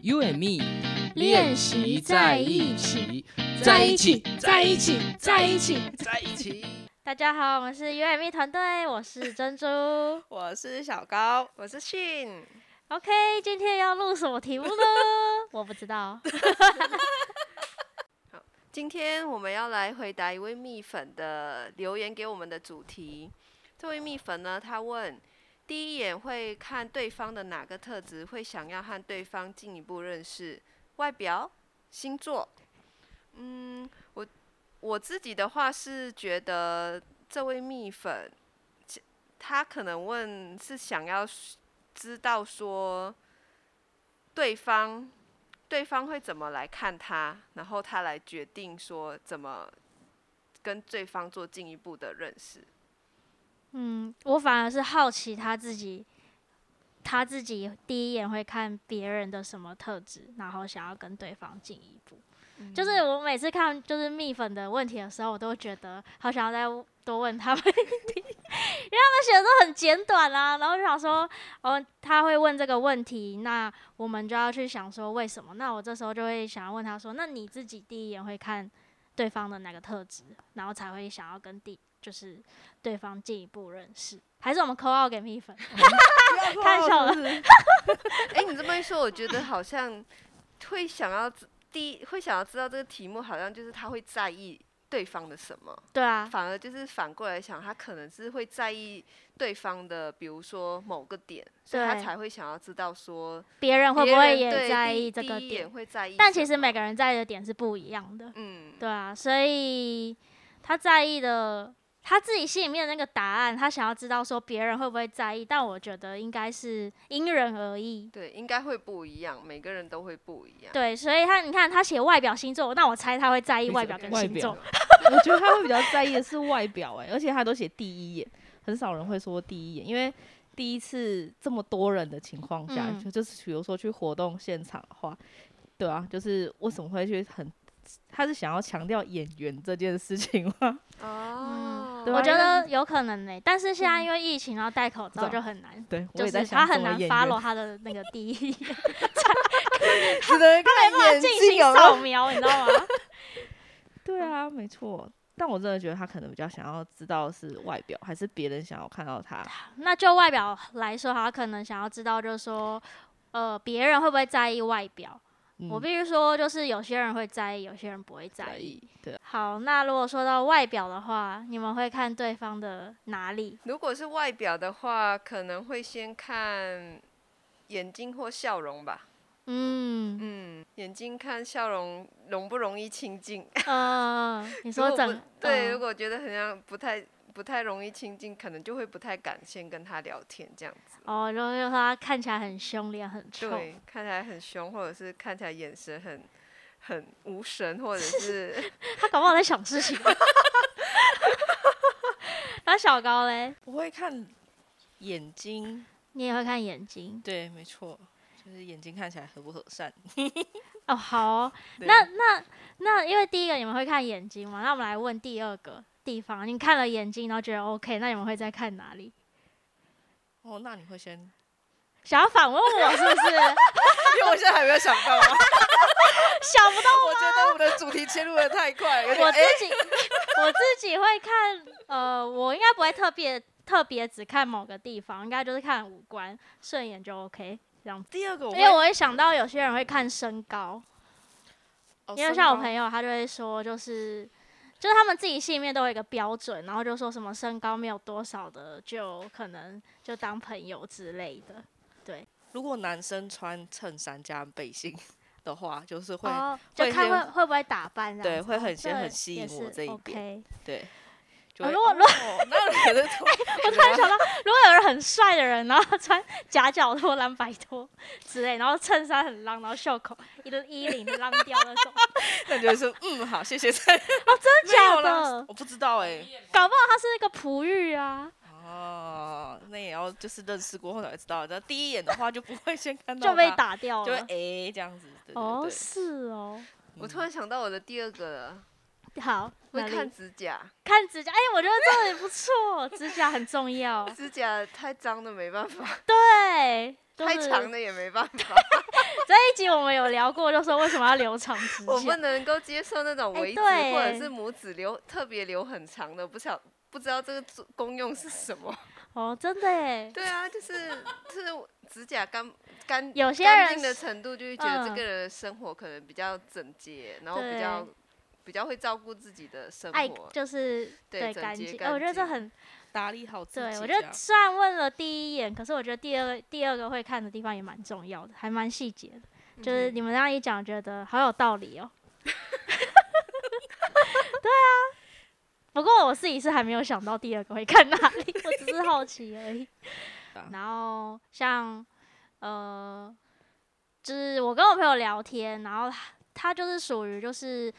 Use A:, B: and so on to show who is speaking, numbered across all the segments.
A: You and me
B: 练习在一起，
A: 在一起，在一起，在一起，在一起。
B: 大家好，我们是 U M E 团队，我是珍珠。
C: 我是小高，我是迅。
B: OK，今天要录什么题目呢？我不知道。
C: 今天我们要来回答一位蜜粉的留言给我们的主题。这位蜜粉呢，他问：第一眼会看对方的哪个特质，会想要和对方进一步认识？外表、星座？嗯，我我自己的话是觉得这位蜜粉，其他可能问是想要知道说对方对方会怎么来看他，然后他来决定说怎么跟对方做进一步的认识。
B: 嗯，我反而是好奇他自己，他自己第一眼会看别人的什么特质，然后想要跟对方进一步。就是我每次看就是蜜粉的问题的时候，我都觉得好想要再多问他们一题，因为他们写的都很简短啦、然后就想说，哦，他会问这个问题，那我们就要去想说为什么？那我这时候就会想要问他说，那你自己第一眼会看对方的哪个特质，然后才会想要跟第就是对方进一步认识，还是我们扣号给蜜粉？太小了
C: 了。 哎、你这么一说，我觉得好像会想要知第一会想要知道这个题目，好像就是他会在意对方的什么，
B: 对啊，
C: 反而就是反过来想，他可能是会在意对方的，比如说某个点，所以他
B: 对
C: 才会想要知道说
B: 别人会
C: 别
B: 不会
C: 人
B: 也
C: 对
B: 在
C: 第
B: 意这个
C: 第一眼
B: 点？
C: 会在意什么，
B: 但其实每个人在意的点是不一样的，
C: 嗯，
B: 对啊，所以他在意的他自己心里面的那个答案，他想要知道说别人会不会在意，但我觉得应该是因人而异。
C: 对，应该会不一样，每个人都会不一样。
B: 对，所以他你看他写外表星座，那我猜他会在意外表跟
A: 外
B: 星
A: 表
C: 哦
B: 座。，
D: 我觉得他会比较在意的是外表、哎，而且他都写第一眼，很少人会说第一眼，因为第一次这么多人的情况下，
B: 嗯
D: 就就是比如说去活动现场的话，对啊，就是为什么会去很，他是想要强调演员这件事情吗？
C: 哦，
D: 对
B: 嗯我
D: 啊
B: 觉
D: 因为
B: 得有可能呢、但是现
C: 嗯
B: 在因为疫情，然后戴口罩
D: 嗯
B: 就很难，
D: 对，我
B: 就
D: 也在
B: 是
D: 想
B: 他
D: 怎
B: 很
D: 么
B: 难
D: 演员。
B: follow 他的那个第一眼，
C: 只能看眼
B: 进
C: 睛
B: 行
C: 有没
B: 扫
C: 有
B: 描，你知道吗？
D: 对啊，没错。但我真的觉得他可能比较想要知道的是外表，还是别人想要看到他。
B: 那就外表来说，他可能想要知道，就是说，呃，别人会不会在意外表？
D: 嗯、
B: 我必须说，就是有些人会在意，有些人不会在
D: 在
B: 意。
D: 意，对啊，
B: 好，那如果说到外表的话，你们会看对方的哪里？
C: 如果是外表的话，可能会先看眼睛或笑容吧。
B: 嗯，
C: 嗯，眼睛看笑容容不容易亲近？
B: 呃，你
C: 如
B: 说
C: 果
B: 整
C: 不对，
B: 嗯
C: 如果觉得很像不太不太容易亲近，可能就会不太敢先跟他聊天这样子。
B: 哦，然后又说他看起来很凶，脸很臭，
C: 对，看起来很凶，或者是看起来眼神很很无神，或 者是
B: 他搞不好在想事情。 那小高嘞，
D: 我会看眼睛，
B: 你也会看眼睛
D: 对，没错，就是眼睛看起来和不和善。
B: 哦？好哦，
D: 对
B: 那那那，因为第一个你们会看眼睛嘛，那我们来问第二个地方，你看了眼睛，然后觉得 OK，那你们会再看哪里？
D: 哦，那你会先
B: 想要反问我是不是？
C: 因为我现在还没有想 到啊，
B: 想不到
C: 我觉得我们的主题切入的太快了，有点
B: 我
C: 哎
B: 自己，我自己会看，呃，我应该不会特别特别只看某个地方，应该就是看五官顺眼就 OK 这样子。
D: 第二个
B: 因
D: 会，
B: 为我会想到有些人会看身高，
D: 哦
B: 因为像我朋
D: 友，
B: 友，他就会说，就是就是他们自己心里面都有一个标准，然后就说什么身高没有多少的，就可能就当朋友之类的。
D: 如果男生穿衬衫加背心的话，就是会、
B: 哦，就
D: 会
B: 看
D: 先
B: 会会不会打扮这
D: 对
B: 样子，
D: 会很
B: 哦
D: 先很
B: 也
D: 吸引
B: 也
D: 我
B: 是
D: 这一点
B: OK，
D: 对。就
B: 啊
D: 会
B: 如果
D: 哦
B: 如果
D: 那你可能 我
B: 突然想 到，如果有人很帅的人，然后他穿夹脚拖、蓝白拖之类，然后衬衫很浪，然后袖口一个衣领浪掉那 种，
D: 感觉是嗯好，谢谢再见。
B: 真的假
D: 没有啦
B: 的？
D: 我不知道哎、
B: 搞不好他是一个璞玉啊，
D: 哦，那也要就是认识过后才会知道。那第一眼的话就不会先看到
B: 就被
D: 他，
B: 打掉
D: 就会
B: 了
D: 哎、。这样子。对对
B: 哦，
D: 对
B: 是哦，
C: 我突然想到我的第二个了，
B: 好，
C: 会
B: 哪里
C: 看指甲，
B: 看指甲，哎，我觉得这也不错，指甲很重 要。
C: 指甲太脏的没办法，
B: 对，就
C: 太
B: 是
C: 长的也没办法。
B: 这一集记我们有聊过，就说为什么要留长指
C: 我不
B: 甲？
C: 能够接受那种
B: 哎
C: 尾指、
B: 对
C: 或者是拇指留特别留很长的，不晓不知道这个作功用是什么。
B: 哦，真的哎，
C: 对啊，就是就是指甲干干
B: 有些
C: 干
B: 人
C: 净的
B: 是
C: 程度，就会觉得这
B: 嗯
C: 个人的生活可能比较整洁，然后比
B: 对
C: 较比较会照顾自己的生
B: 爱
C: 活。
B: 就是
C: 对
B: 对
C: 整
B: 干
C: 洁
B: 净，
C: 干
B: 呃我觉得这
C: 净
B: 很
A: 打理好自己
B: 对。
A: 家。
B: 我觉得虽然问了第一眼，可是我觉得第二个第二个会看的地方也蛮重要的，还蛮细节的。
C: 嗯
B: 就是你们这样一讲，觉得好有道 理哦。对啊，不过我自己是还没有想到第二个会看哪里，我只是好奇而已。
C: 啊
B: 然后像呃，就是我跟我朋友聊天，然后他他就是属于就是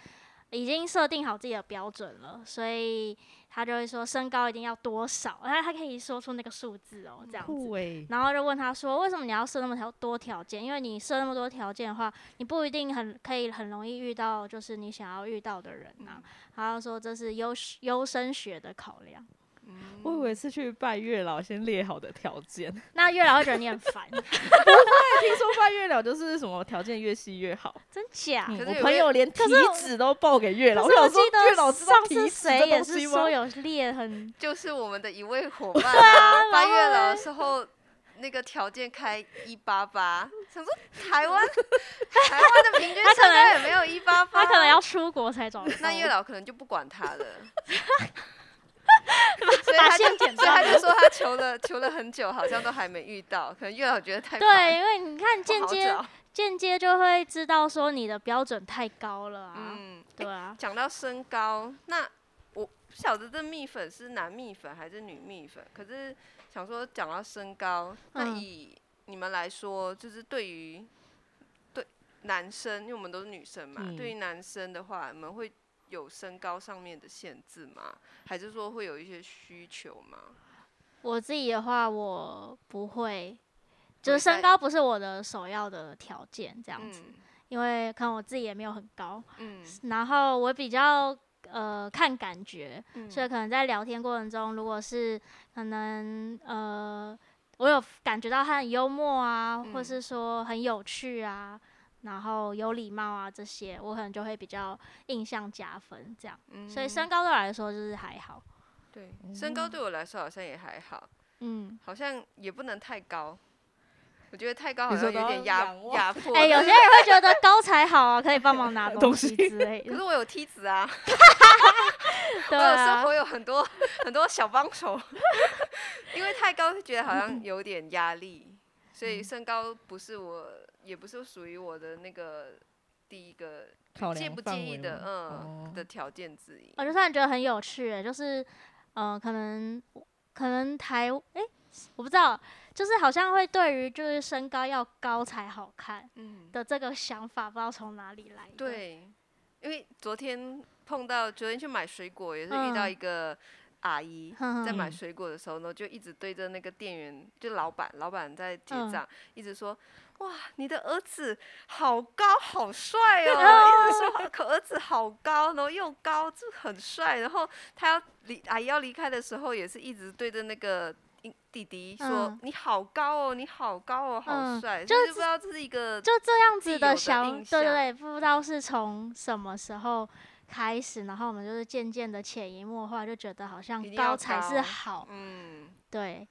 B: 已经设定好自己的标准了，所以他就会说身高一定要多少，然后他可以说出那个数字哦，这样子。
D: 酷哎，
B: 然后就问他说：“为什么你要设那么条多条件？因为你设那么多条件的话，你不一定很可以很容易遇到，就是你想要遇到的人呐、他就说这是优优生学的考量。
D: 我以为是去拜月老先列好的条件，
B: 那月老会觉得你很烦，
D: 听说拜月老就是什么条件越细越好。
B: 真假？
D: 嗯
C: 可是
D: 我
C: 有
D: 朋
C: 些
D: 友连体
B: 啊可是我
D: 脂都报给月
B: 可
D: 老，
B: 是
D: 想
B: 我记
D: 说月老
B: 得
D: 知道
B: 上
D: 体
B: 次
D: 脂
B: 谁
D: 这
B: 也
D: 东
B: 是
D: 西
B: 说
D: 吗？
B: 有列很
C: 就是我们的一位伙 伴啊，八月老的时候，那个条件开一八八，想说台湾台湾的 平均身高也没有一八八，
B: 他可能要出国才找得到。
C: 那月老可能就不管他了， 所以
B: 把
C: 他就
B: 线剪
C: 所以他
B: 断
C: 就说他求了求了很久，好像都还没遇到，可能月老觉得太
B: 对，
C: 烦
B: 因为你看
C: 不
B: 间
C: 好
B: 接
C: 找
B: 间接就会知道说你的标准太高了啊，
C: 嗯，
B: 对啊，
C: 讲到身高，那我不晓得这蜜粉是男蜜粉还是女蜜粉，可是想说讲到身高，那
B: 嗯
C: 以你们来说，就是对于对男生，因为我们都是女生嘛，
D: 嗯
C: 对于男生的话，你们会有身高上面的限制吗？还是说会有一些需求吗？
B: 我自己的话，我不会，就是
C: 会在
B: 身高不是我的首要的条件，这样子，
C: 嗯
B: 因为可能我自己也没有很高，
C: 嗯
B: 然后我比较呃看感觉，
C: 嗯
B: 所以可能在聊天过程中，如果是可能呃我有感觉到他很幽默啊，或
C: 嗯
B: 是说很有趣啊，然后有礼貌啊这些，我可能就会比较印象加分这样，
C: 嗯
B: 所以身高对我来说就是还好，
C: 对身高对我来说好像也还好，
B: 嗯。
C: 好像也不能太高。我觉得太高好
D: 你说
C: 像有
D: 都
C: 点
D: 要
C: 压
D: 仰望
C: 压迫。
B: 哎、有些人会觉得高才好啊，可以帮 忙拿
D: 东
B: 东
D: 西
B: 西之类
C: 可
B: 的
C: 是。我有梯子啊，
B: 对
C: 我有
B: 啊
C: 生，活有很多 很多小帮手， 因为太高会觉得好
D: 嗯
C: 像有点压力，所以身高不是我，也不是属于我的那个第一个
D: 考
C: 介
D: 量
C: 不介
D: 范
C: 意
D: 围
C: 的，
D: 吗
C: 嗯、
D: 哦啊
C: 的条件之一。
B: 我就突然觉得很有趣耶，就是，呃，可能可能台，哎、我不知道，就是好像会对于就是身高要高才好看
C: 嗯，
B: 的这个想法，不知道从哪里来的。，
C: 对，因为昨天碰到，昨天去买水果也是遇到
B: 嗯
C: 一个阿姨，
B: 哼
C: 在
B: 哼
C: 买
D: 嗯
C: 水果的时候呢，就一直对着那个店员，就老板，老板在结
B: 嗯
C: 账，一直说：“哇，你的儿子好高，好帅哦！”一直说：“可儿子好高，然后又高，就很帅。”然后他要离阿姨要离开的时候，也是一直对着那个。弟弟说：“
B: 嗯
C: 你好高哦，你好高哦，好
B: 嗯
C: 帅。
B: 就
C: 所以
B: 是
C: 不知道这是一个
B: 就这样
C: 既
B: 子
C: 有的
B: 想，
C: 印
B: 对对
C: 象
B: 对，不知道是从什么时候开始，然后我们就是渐渐的潜移默化，就觉得好像
C: 一定要
B: 高才是
C: 高
B: 好，
C: 嗯
B: 对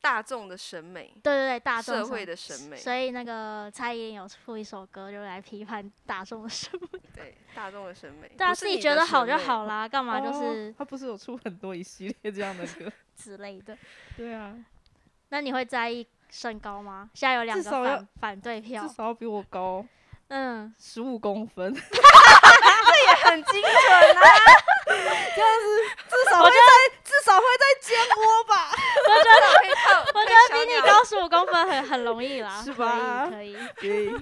C: 大众的审美，
B: 对对对，大众
C: 社
B: 上
C: 会的审美，
B: 所以那个蔡依林有出一首歌，就来批判大众的审美，
C: 对大众的审美，
B: 大家
C: 不是
B: 啊自己
C: 你
B: 觉
C: 的
B: 得
C: 审
B: 好就
C: 美
B: 好 啦，干嘛就
D: 哦
B: 是
D: 他不是有出很多一系列这样的歌？
B: 之类的。
D: 对啊，
B: 那你会在意身高吗？现在有两
D: 至
B: 个
D: 少要
B: 反反对票
D: 至，少要比我高
B: 嗯，
D: 十五公分，至
C: 哎很精准啊！
D: 少会在至少会在肩窝 吧？
C: 我觉得可以靠，
B: 我
C: 可以
B: 觉得
C: 小
B: 比你
C: 鸟
B: 高十五公分很很容易啦，
D: 是吧
B: 可 以，可以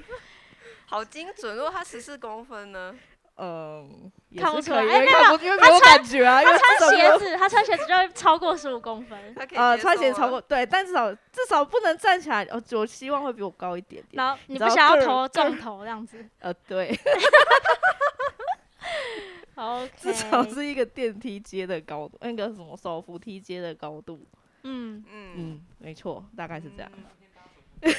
C: 好精准。如果他十四公分呢？
D: 嗯，也
B: 看不
D: 是
B: 出
D: 可以，因
B: 来哎
D: 为
B: 没有
D: 看不因为没
B: 他
D: 有
B: 穿
D: 感觉啊，因为至
B: 他
D: 少
B: 穿
D: 没
B: 鞋
D: 有
B: 子，他穿鞋子就会超过十五公 分，
C: 他可以
D: 呃
C: 接
D: 穿
C: 受
D: 鞋超
C: 吗
D: 过对，但至少至少不能站起来。哦，我希望会比我高一点点。
B: 然后你
D: 知
B: 不
D: 道
B: 想
D: 个
B: 要
D: 人
B: 投
D: 个
B: 重
D: 人
B: 头这样子
D: 呃，对， 至少
B: ，OK，
D: 是一个电梯阶的高度，那个什么手扶梯阶的高度。
B: 嗯，
C: 嗯，
D: 嗯，没错，大概是这样。
C: 嗯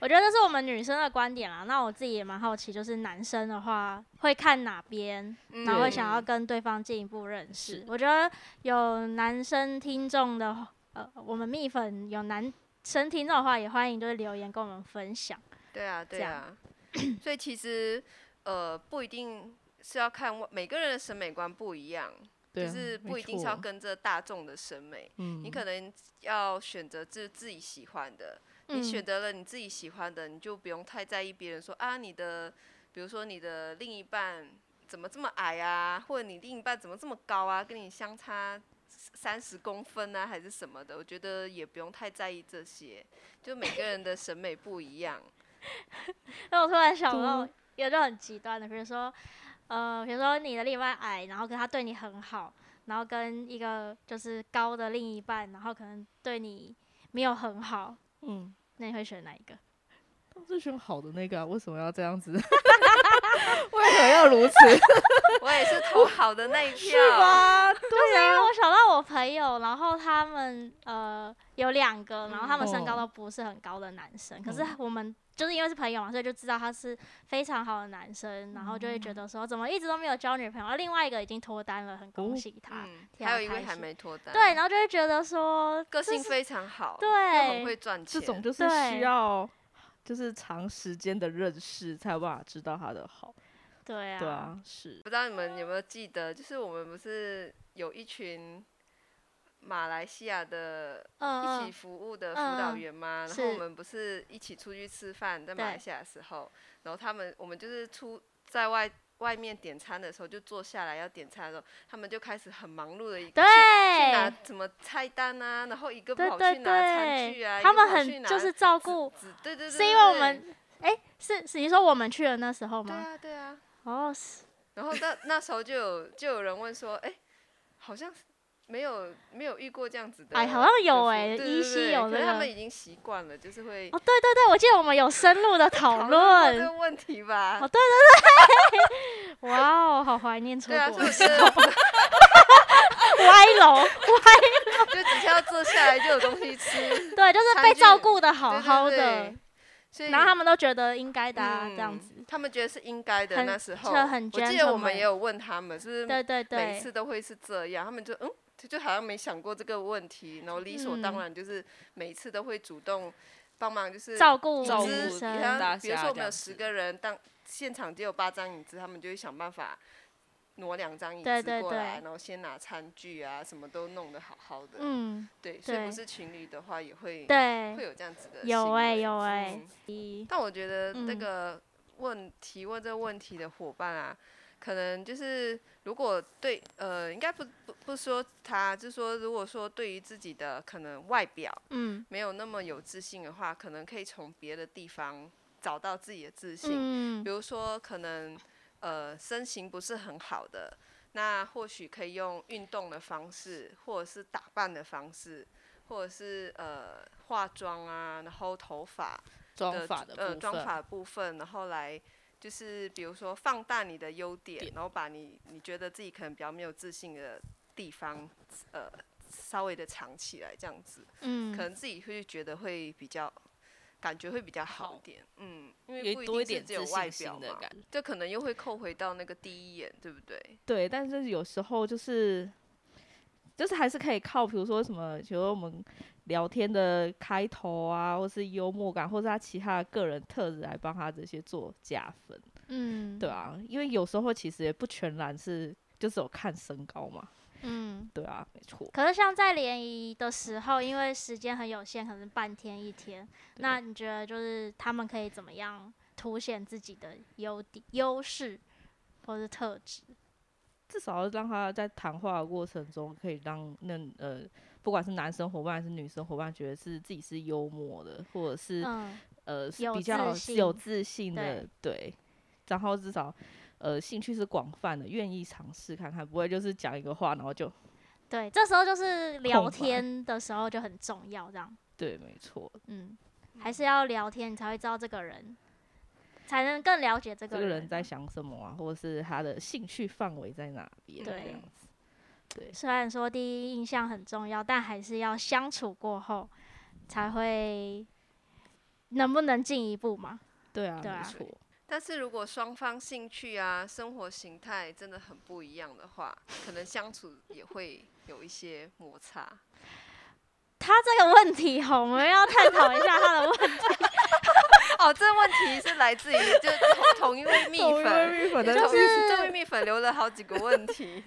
B: 我觉得这是我们女生的观点啦。那我自己也蛮好奇，就是男生的话会看哪边，
C: 嗯
B: 然后会想要跟对方进一步认识。我觉得有男生听众的话，呃，我们蜜粉有男生听众的话，也欢迎就是留言跟我们分享。
C: 对啊，对
B: 这样
C: 啊，所以其实呃不一定是要看外每个人的审美观不一样，
D: 对
C: 就
D: 啊
C: 是
D: 没
C: 不一定是要
D: 错
C: 跟着大众的审美，
D: 嗯
C: 你可能要选择自自己喜欢的。你选
B: 嗯
C: 择了你自己喜欢的，你就不用太在意别人说啊你的，比如说你的另一半怎么这么矮啊，或者你另一半怎么这么高啊，跟你相差三十公分啊，还是什么的，我觉得也不用太在意这些，就每个人的审美不一样。
B: 那我突然想
D: 多
B: 到，有种很极端的，比如说，呃，比如说你的另一半矮，然后跟他对你很好，然后跟一个就是高的另一半，然后可能对你没有很好，
D: 嗯，
B: 那你会选哪一个？
D: 这选好的那个、啊，为什么要这样子？ 为何要如此？
C: 我也是投好的 那一票，
D: 吧？
B: 就是因为我想到我朋友，然后他们呃有两个，然后他们身高
D: 哦
B: 都不是很高的男生，嗯可是我们。就是因为是朋友嘛，所以就知道他是非常好的男生，然后就会觉得说怎么一直都没有交女朋友，而另外一个已经脱单了，很恭
D: 哦
B: 喜他。
C: 嗯，
B: 替他
C: 还有一
B: 开
C: 位还
B: 心
C: 没脱单，
B: 对，然，后就会觉得说
C: 个
B: 这
C: 性
B: 是
C: 非常好，又很
B: 对
C: 会赚
D: 这
C: 钱，
D: 种就是
B: 对
D: 需要就是长时间的认识，才有办法知道他的好。
B: 对啊，
D: 对啊，是
C: 不知道你们有没有记得，就是我们不是有一群马来西亚的一
B: 嗯
C: 起
B: 嗯
C: 服务的辅导员吗？然后
B: 是
C: 我们不是一起出去吃饭，在马来
B: 对
C: 西亚的时候，然后他们我们就是出在外。外面点餐的时候就坐下来要点餐的时候，他们就开始很忙碌的一去
B: 对
C: 去拿什么菜单啊，然后一个
B: 对
C: 跑去
B: 对
C: 拿餐具
B: 对，
C: 啊，一
B: 他
C: 个
B: 们
C: 跑去
B: 很
C: 拿
B: 就是照顾，
C: 纸，对对对，
B: 是因
C: 对
B: 为我们哎、是是你说我们去的那时候
C: 对
B: 吗？
C: 啊对啊，
B: 哦，是
C: 然后那那时候就有就有人问说，哎、好像是没有没有遇过这样子的，
B: 哎好像有
C: 的服
B: 哎
C: 对
B: 依
C: 对
B: 稀
C: 对
B: 有
C: 可是
B: 这
C: 他
B: 个
C: 们已经习惯了，就是会
B: 哦，对对对，我记得我们有深入的讨
C: 讨论过这
B: 论
C: 个，问题吧。
B: 哦哇哦，好怀念出
C: 对啊，
B: 国
C: 所以，我觉得
B: 歪 楼，
C: 就只是要坐下来就有东西吃，
B: 对，就是
C: 餐
B: 被照
C: 具
B: 顾的好好
C: 对对
B: 的
C: 对，所以
B: 然后他们都觉得应该的啊，
C: 嗯
B: 这样子，
C: 他们觉得是应该的。
B: 很
C: 那时候
B: 这很
C: 我记得
B: gentleman
C: 我们也有问他们，是不
B: 对
C: 是
B: 对
C: 每
B: 对
C: 次，都会是这样，他们就嗯。就就好像没想过这个问题，然后理所当
B: 嗯
C: 然就是每一次都会主动帮忙，就是
B: 照顾
D: 照
C: 椅
D: 顾
B: 女
C: 子，
B: 生
C: 比，方
D: 大
C: 比如
D: 虾
C: 说我们
D: 这
C: 有
D: 样
C: 十
D: 子
C: 个人，当现场只有八张椅子，他们就会想办法挪两张椅
B: 对
C: 子
B: 对
C: 过来，
B: 对
C: 然后先拿餐具啊，什么都弄得好好的。
B: 嗯，
C: 对，所以不
B: 对
C: 是情侣的话也会
B: 对
C: 会，有这样子的行为。
B: 有哎有哎
C: 嗯，但我觉得那
B: 嗯
C: 个问提问这个问题的伙伴啊，可能就是如果对呃，应该不不不说他，就说如果说对于自己的可能外表。
B: 嗯
C: 没有那么有自信的话，可能可以从别的地方找到自己的自信。
B: 嗯
C: 比如说，可能呃身形不是很好的，那或许可以用运动的方式，或者是打扮的方式，或者是呃化妆啊，然后头发
D: 妆
C: 的
D: 法的
C: 呃
D: 部
C: 妆
D: 分。
C: 法的部分，然后来。就是比如说放大你的优点，然后把你你觉得自己可能比较没有自信的地方，呃，稍微的藏起来这样子。可
B: 嗯，
C: 能自己会觉得会比较，感觉会比较好
D: 好
C: 一点，嗯，因
D: 也
C: 为不
D: 多一
C: 定是
D: 点
C: 只有
D: 自
C: 外
D: 信
C: 表
D: 心的
C: 嘛
D: 感，
C: 这可能又会扣回到那个第一眼，对不对？
D: 对，但是有时候就是就是还是可以靠，比如说什么，比如说我们聊天的开头啊，或是幽默感，或是他其他的个人特质来帮他这些做加分，
B: 嗯，
D: 对，啊，因为有时候其实也不全然是就只有看身高嘛，
B: 嗯。
D: 对啊，没错，
B: 可是像在联谊的时候，因为时间很有限，可能半天一天，
D: 对
B: 那你觉得就是他们可以怎么样凸显自己的优点、优势或是特质？
D: 至少要让他在谈话的过程中可以让那呃，不管是男生伙伴还是女生伙伴，觉得是自己是幽默的，或者是
B: 嗯，
D: 呃是
B: 有
D: 比
B: 自
D: 较有
B: 信
D: 自信的，对，然后至少呃兴趣是广泛的，愿意尝试看看，不会就是讲一个话然后就
B: 对，这时候就是聊
D: 空白
B: 天的时候就很重要，这样，
D: 对，没错，
B: 嗯，还是要聊天，你才会知道这个人，才能更了解这
D: 这
B: 个
D: 个
B: 人。
D: 人在想什么啊，或者是他的兴趣范围在哪边，
B: 对
D: 这样子，对，
B: 虽然说第一印象很重要，但还是要相处过后才会能不能进一步嘛？
D: 对啊，
B: 对啊
D: 没错，
C: 但是如果双方兴趣啊、生活形态真的很不一样的话，可能相处也会有一些摩擦。
B: 他这个问题吼，我们要探讨一下他的问 题。
C: 哦，这问题是来自于就同同一位蜜
D: 同一
C: 粉，
D: 位蜜粉
C: 就
D: 的
C: 是
D: 同
B: 是
C: 这位蜜粉留了好几个问 题，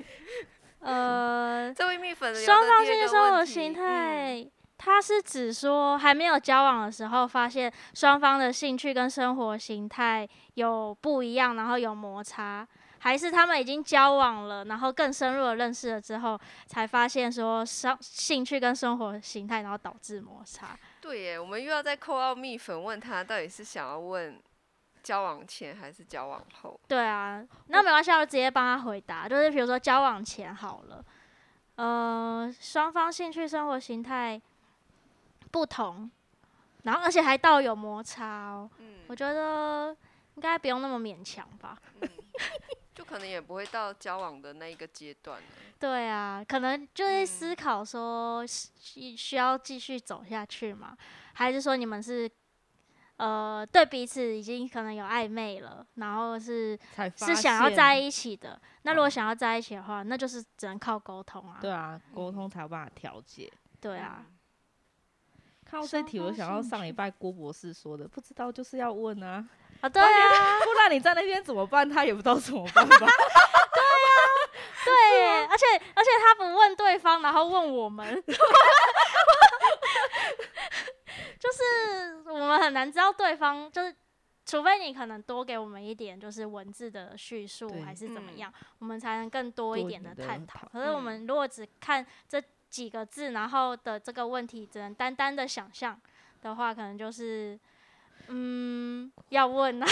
D: 嗯
B: 呃，
C: 这位蜜粉留的
B: 双方
C: 第
B: 性
C: 二
B: 的
C: 个
B: 生活
C: 问题
B: 形
C: 嗯
B: 态，他是指说还没有交往的时候，发现双方的兴趣跟生活形态有不一样，然后有摩擦，还是他们已经交往了，然后更深入的认识了之后，才发现说生兴趣跟生活形态，然后导致摩擦？
C: 对耶，我们又要再扣到蜜粉，问他到底是想要问交往前还是交往后？
B: 对啊，那没关系，我直接帮他回答，就是比如说交往前好了，呃，双方兴趣生活形态不同，然后而且还到有摩擦哦。
C: 嗯
B: 我觉得应该不用那么勉强吧。
C: 嗯，就可能也不会到交往的那一个阶段了。
B: 对啊，可能就会
C: 嗯
B: 思考说需需要继续走下去吗？还是说你们是呃对彼此已经可能有暧昧了，然后是
D: 才发
B: 是想要
D: 现嗯
B: 在一起的？那如果想要在一起的话，那就是只能靠沟通啊。
D: 对啊，嗯沟通才有办法调解。
B: 对啊，
C: 嗯
D: 看到这题，我
B: 双方
D: 想到
B: 兴
D: 上礼
B: 趣
D: 拜郭博士说的，不知道就是要问啊，
B: 啊对啊，
D: 不然你在那边怎么办？他也不知道怎么办吧？
B: 对耶，而且而且他不问对方，然后问我们， 就是我们很难知道对方，就是除非你可能多给我们一点就是文字的叙述
D: 对
B: 还是怎么
C: 嗯
B: 样，我们才能更多一点的探讨。
D: 多
B: 可是我们如果只看这几个字，然后的这个问题只能单单的想象的话，可能就是嗯要问啊，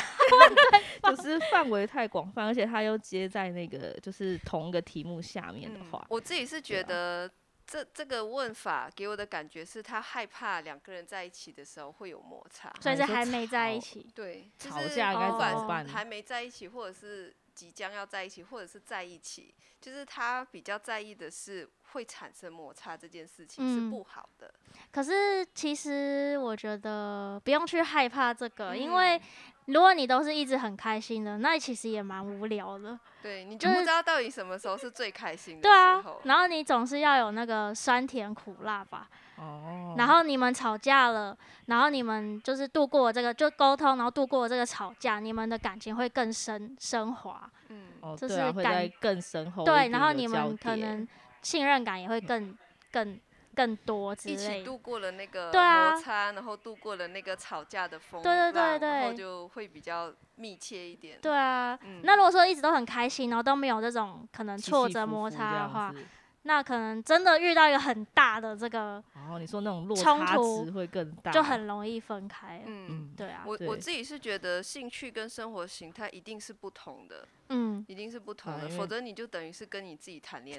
D: 就是范围太广泛，而且他又接在那个就是同一个题目下面的话，
C: 嗯我自己是觉
D: 对啊
C: 得这这个问法给我的感觉是他害怕两个人在一起的时候会有摩擦，
B: 所以
D: 你
B: 是
D: 说
B: 还没在一
D: 吵
B: 起。
C: 对，就
D: 吵
C: 是
D: 架
B: 该
C: 不
B: 怎
C: 管
B: 么
C: 是
D: 办
C: 还没在一起，或者是即将要在一起，或者是在一起，就是他比较在意的是会产生摩擦这件事情是
B: 嗯
C: 不好的，
B: 可是其实我觉得不用去害怕这个，因
D: 嗯
B: 为如果你都是一直很开心的，那其实也蛮无聊的。
C: 对你
B: 就
C: 就不
B: 是
C: 知道到底什么时候是最开心的
B: 对
C: 时
B: 啊
C: 候，，
B: 然后你总是要有那个酸甜苦辣吧。
D: 哦
B: 然后你们吵架了，然后你们就是度过这个就沟通，然后度过这个吵架，你们的感情会更深升华。
C: 嗯，
D: 哦，
B: 就
D: 对啊，
B: 是
D: 会
B: 感
D: 在更深哦厚一
B: 对，
D: 点
B: 然后
D: 有
B: 你们
D: 交
B: 可
D: 叠
B: 能信任感也会更更更多之
C: 一起
B: 类的。
C: 度过了那个
B: 对啊
C: 摩擦，然后度过了那个吵架的风浪，
B: 对对对
C: 然后
B: 对
C: 就会比较密切一点。
B: 对啊，
C: 嗯
B: 那如果说一直都很开心，然后都没有这种可能
D: 起
B: 挫
D: 起
B: 折
D: 伏
B: 摩
D: 伏
B: 擦
D: 这
B: 的
D: 样
B: 话，
D: 子
B: 那可能真的遇到一个很大的这个，
D: 哦，你说那种落
B: 冲
D: 差
B: 突
D: 值会更大，
B: 就很容易分开。
C: 嗯，
D: 嗯，
B: 对啊，
C: 我我
D: 对
C: 自己是觉得兴趣跟生活形态一定是不同的，
B: 嗯，
C: 一定是不同
D: 啊
C: 的，
D: 因为
C: 否则你就等于是跟你自己谈 恋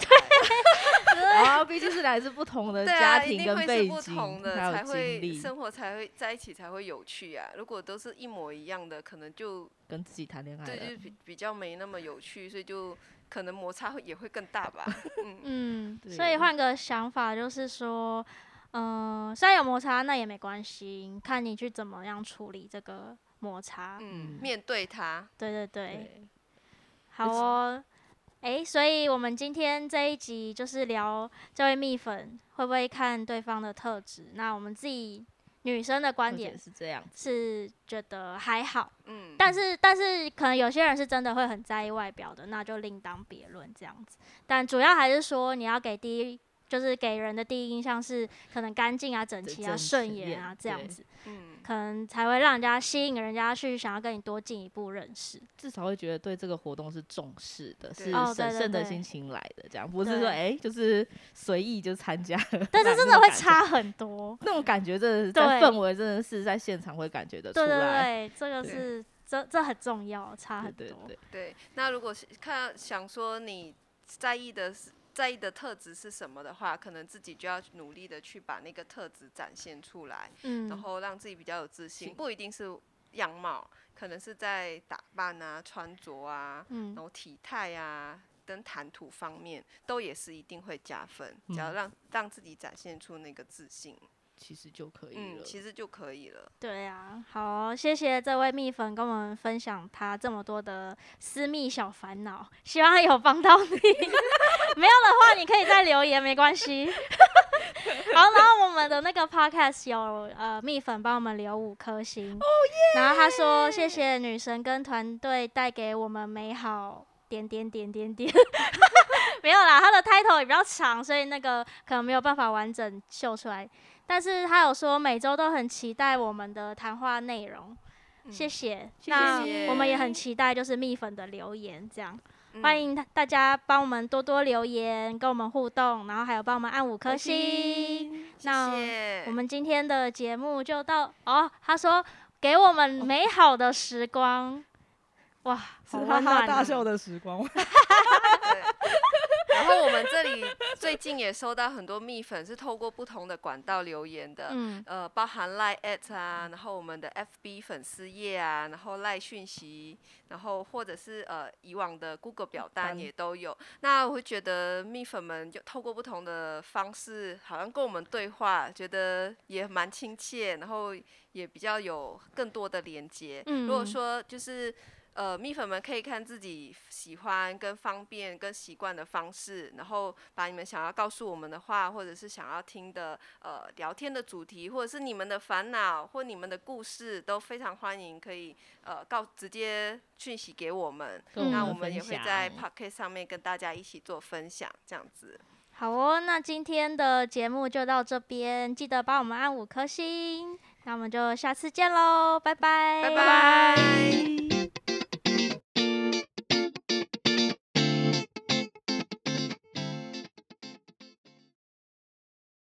C: 爱，
D: 然后哦毕竟是来自不同的
C: 对
D: 家
C: 啊，一
D: 庭
C: 定
D: 跟
C: 会
D: 背
C: 是不
D: 景，
C: 同的，
D: 还
C: 才
D: 有经
C: 会
D: 历，
C: 生活才会在一起才会有趣啊。如果都是一模一样的，可能就
D: 跟自己谈恋爱
C: 对，就
D: 了，
C: 是比比较没那么有趣，所以就可能摩擦会也会更大吧。嗯，
B: 嗯，
D: 对
B: 所以换个想法就是说，嗯、虽然有摩擦，那也没关系，看你去怎么样处理这个摩擦。
C: 嗯，面对它，
B: 对对对，
D: 对，
B: 好哦。诶，所以我们今天这一集就是聊这位蜜粉会不会看对方的特质。那我们自己女生的观
D: 或者
B: 点
D: 是这样子，
B: 是觉得还好。
C: 嗯，
B: 但是，但是可能有些人是真的会很在意外表的，那就另当别论这样子。但主要还是说，你要给第一，就是给人的第一印象是可能干净啊、整齐啊、
D: 整
B: 顺
D: 齐
B: 眼啊
D: 对
B: 这样子，
C: 嗯，
B: 可能才会让人家吸引人家去想要跟你多进一步认识。
D: 至少会觉得对这个活动是重视的，
C: 对
D: 是
B: 哦对
D: 审
B: 对
D: 慎的
B: 对
D: 心情来的，这样不是
B: 对
D: 说哎、就是随意就参加 了，
B: 但
D: 那
B: 是真
D: 啊
B: 的
D: 那种
B: 会
D: 感觉
B: 差很多，
D: 那种感觉真的是在
B: 对
D: 氛围，真的是在现场会感觉得出
B: 对对
D: 来。
B: 对，这个
D: 对
B: 是这这很重要，差很多。
D: 对对，
C: 对。那如果是看想说你在意的是。在意的特质是什么的话，可能自己就要努力的去把那个特质展现出来。然
B: 嗯，
C: 后让自己比较有自信，
D: 是
C: 不一定是样貌，可能是在打扮啊、穿着啊，然
B: 嗯，
C: 后体态啊。跟谈吐方面都也是一定会加分，只要
D: 嗯
C: 让让自己展现出那个自信。
D: 其实就可以
C: 嗯，
D: 了。
C: 其实就可以了。
B: 对啊，好哦、谢谢这位蜜粉跟我们分享他这么多的私密小烦恼，希望有帮到你。 没有的话，你可以再留言，没关系。 好，然后我们的那个 podcast 有呃蜜粉帮我们留五颗星然后他说谢谢女神跟团队带给我们美好点点点点点。 没有啦，他的 title 也比较长，所以那个可能没有办法完整秀出来。但是他有说每周都很期待我们的谈话内容，
C: 嗯
B: 谢嗯谢。
D: 谢
B: 那
C: 谢
B: 我们也很期待就是蜜粉的留言，这样、
C: 嗯
B: 欢迎大家帮我们多多留言，跟我们互动，然后还有帮我们按五颗星。那
C: 谢谢
B: 我们今天的节目就到哦。他说给我们美好的时光，哇，好
E: 是
B: 温
E: 哈
B: 暖、
E: 哈
B: 哦。
E: 大笑的时光。
C: 然后我们这里最近也收到很多蜜粉是透过不同的管道留言的，
B: 嗯，
C: 呃，包含 Line at 啊，然后我们的 FB 粉丝页啊，然后 Line 讯息，然后或者是呃以往的 Google 表单
D: 单
C: 也都有。那我会觉得蜜粉们就透过不同的方式，好像跟我们对话，觉得也蛮亲切，然后也比较有更多的连接。如果
B: 嗯
C: 说就是呃，蜜粉们可以看自己喜欢、跟方便、跟习惯的方式，然后把你们想要告诉我们的话，或者是想要听的呃聊天的主题，或者是你们的烦恼或你们的故事，都非常欢迎可以呃告直接讯息给我们。
D: 跟
B: 我
C: 那
B: 们
C: 我们
D: 分
C: 也会在
D: 享
C: p o c k e t 上面跟大家一起做分享，这样子。
B: 好哦。那今天的节目就到这边，记得帮我们按五颗星。那我们就下次见喽，拜拜，
C: 拜拜。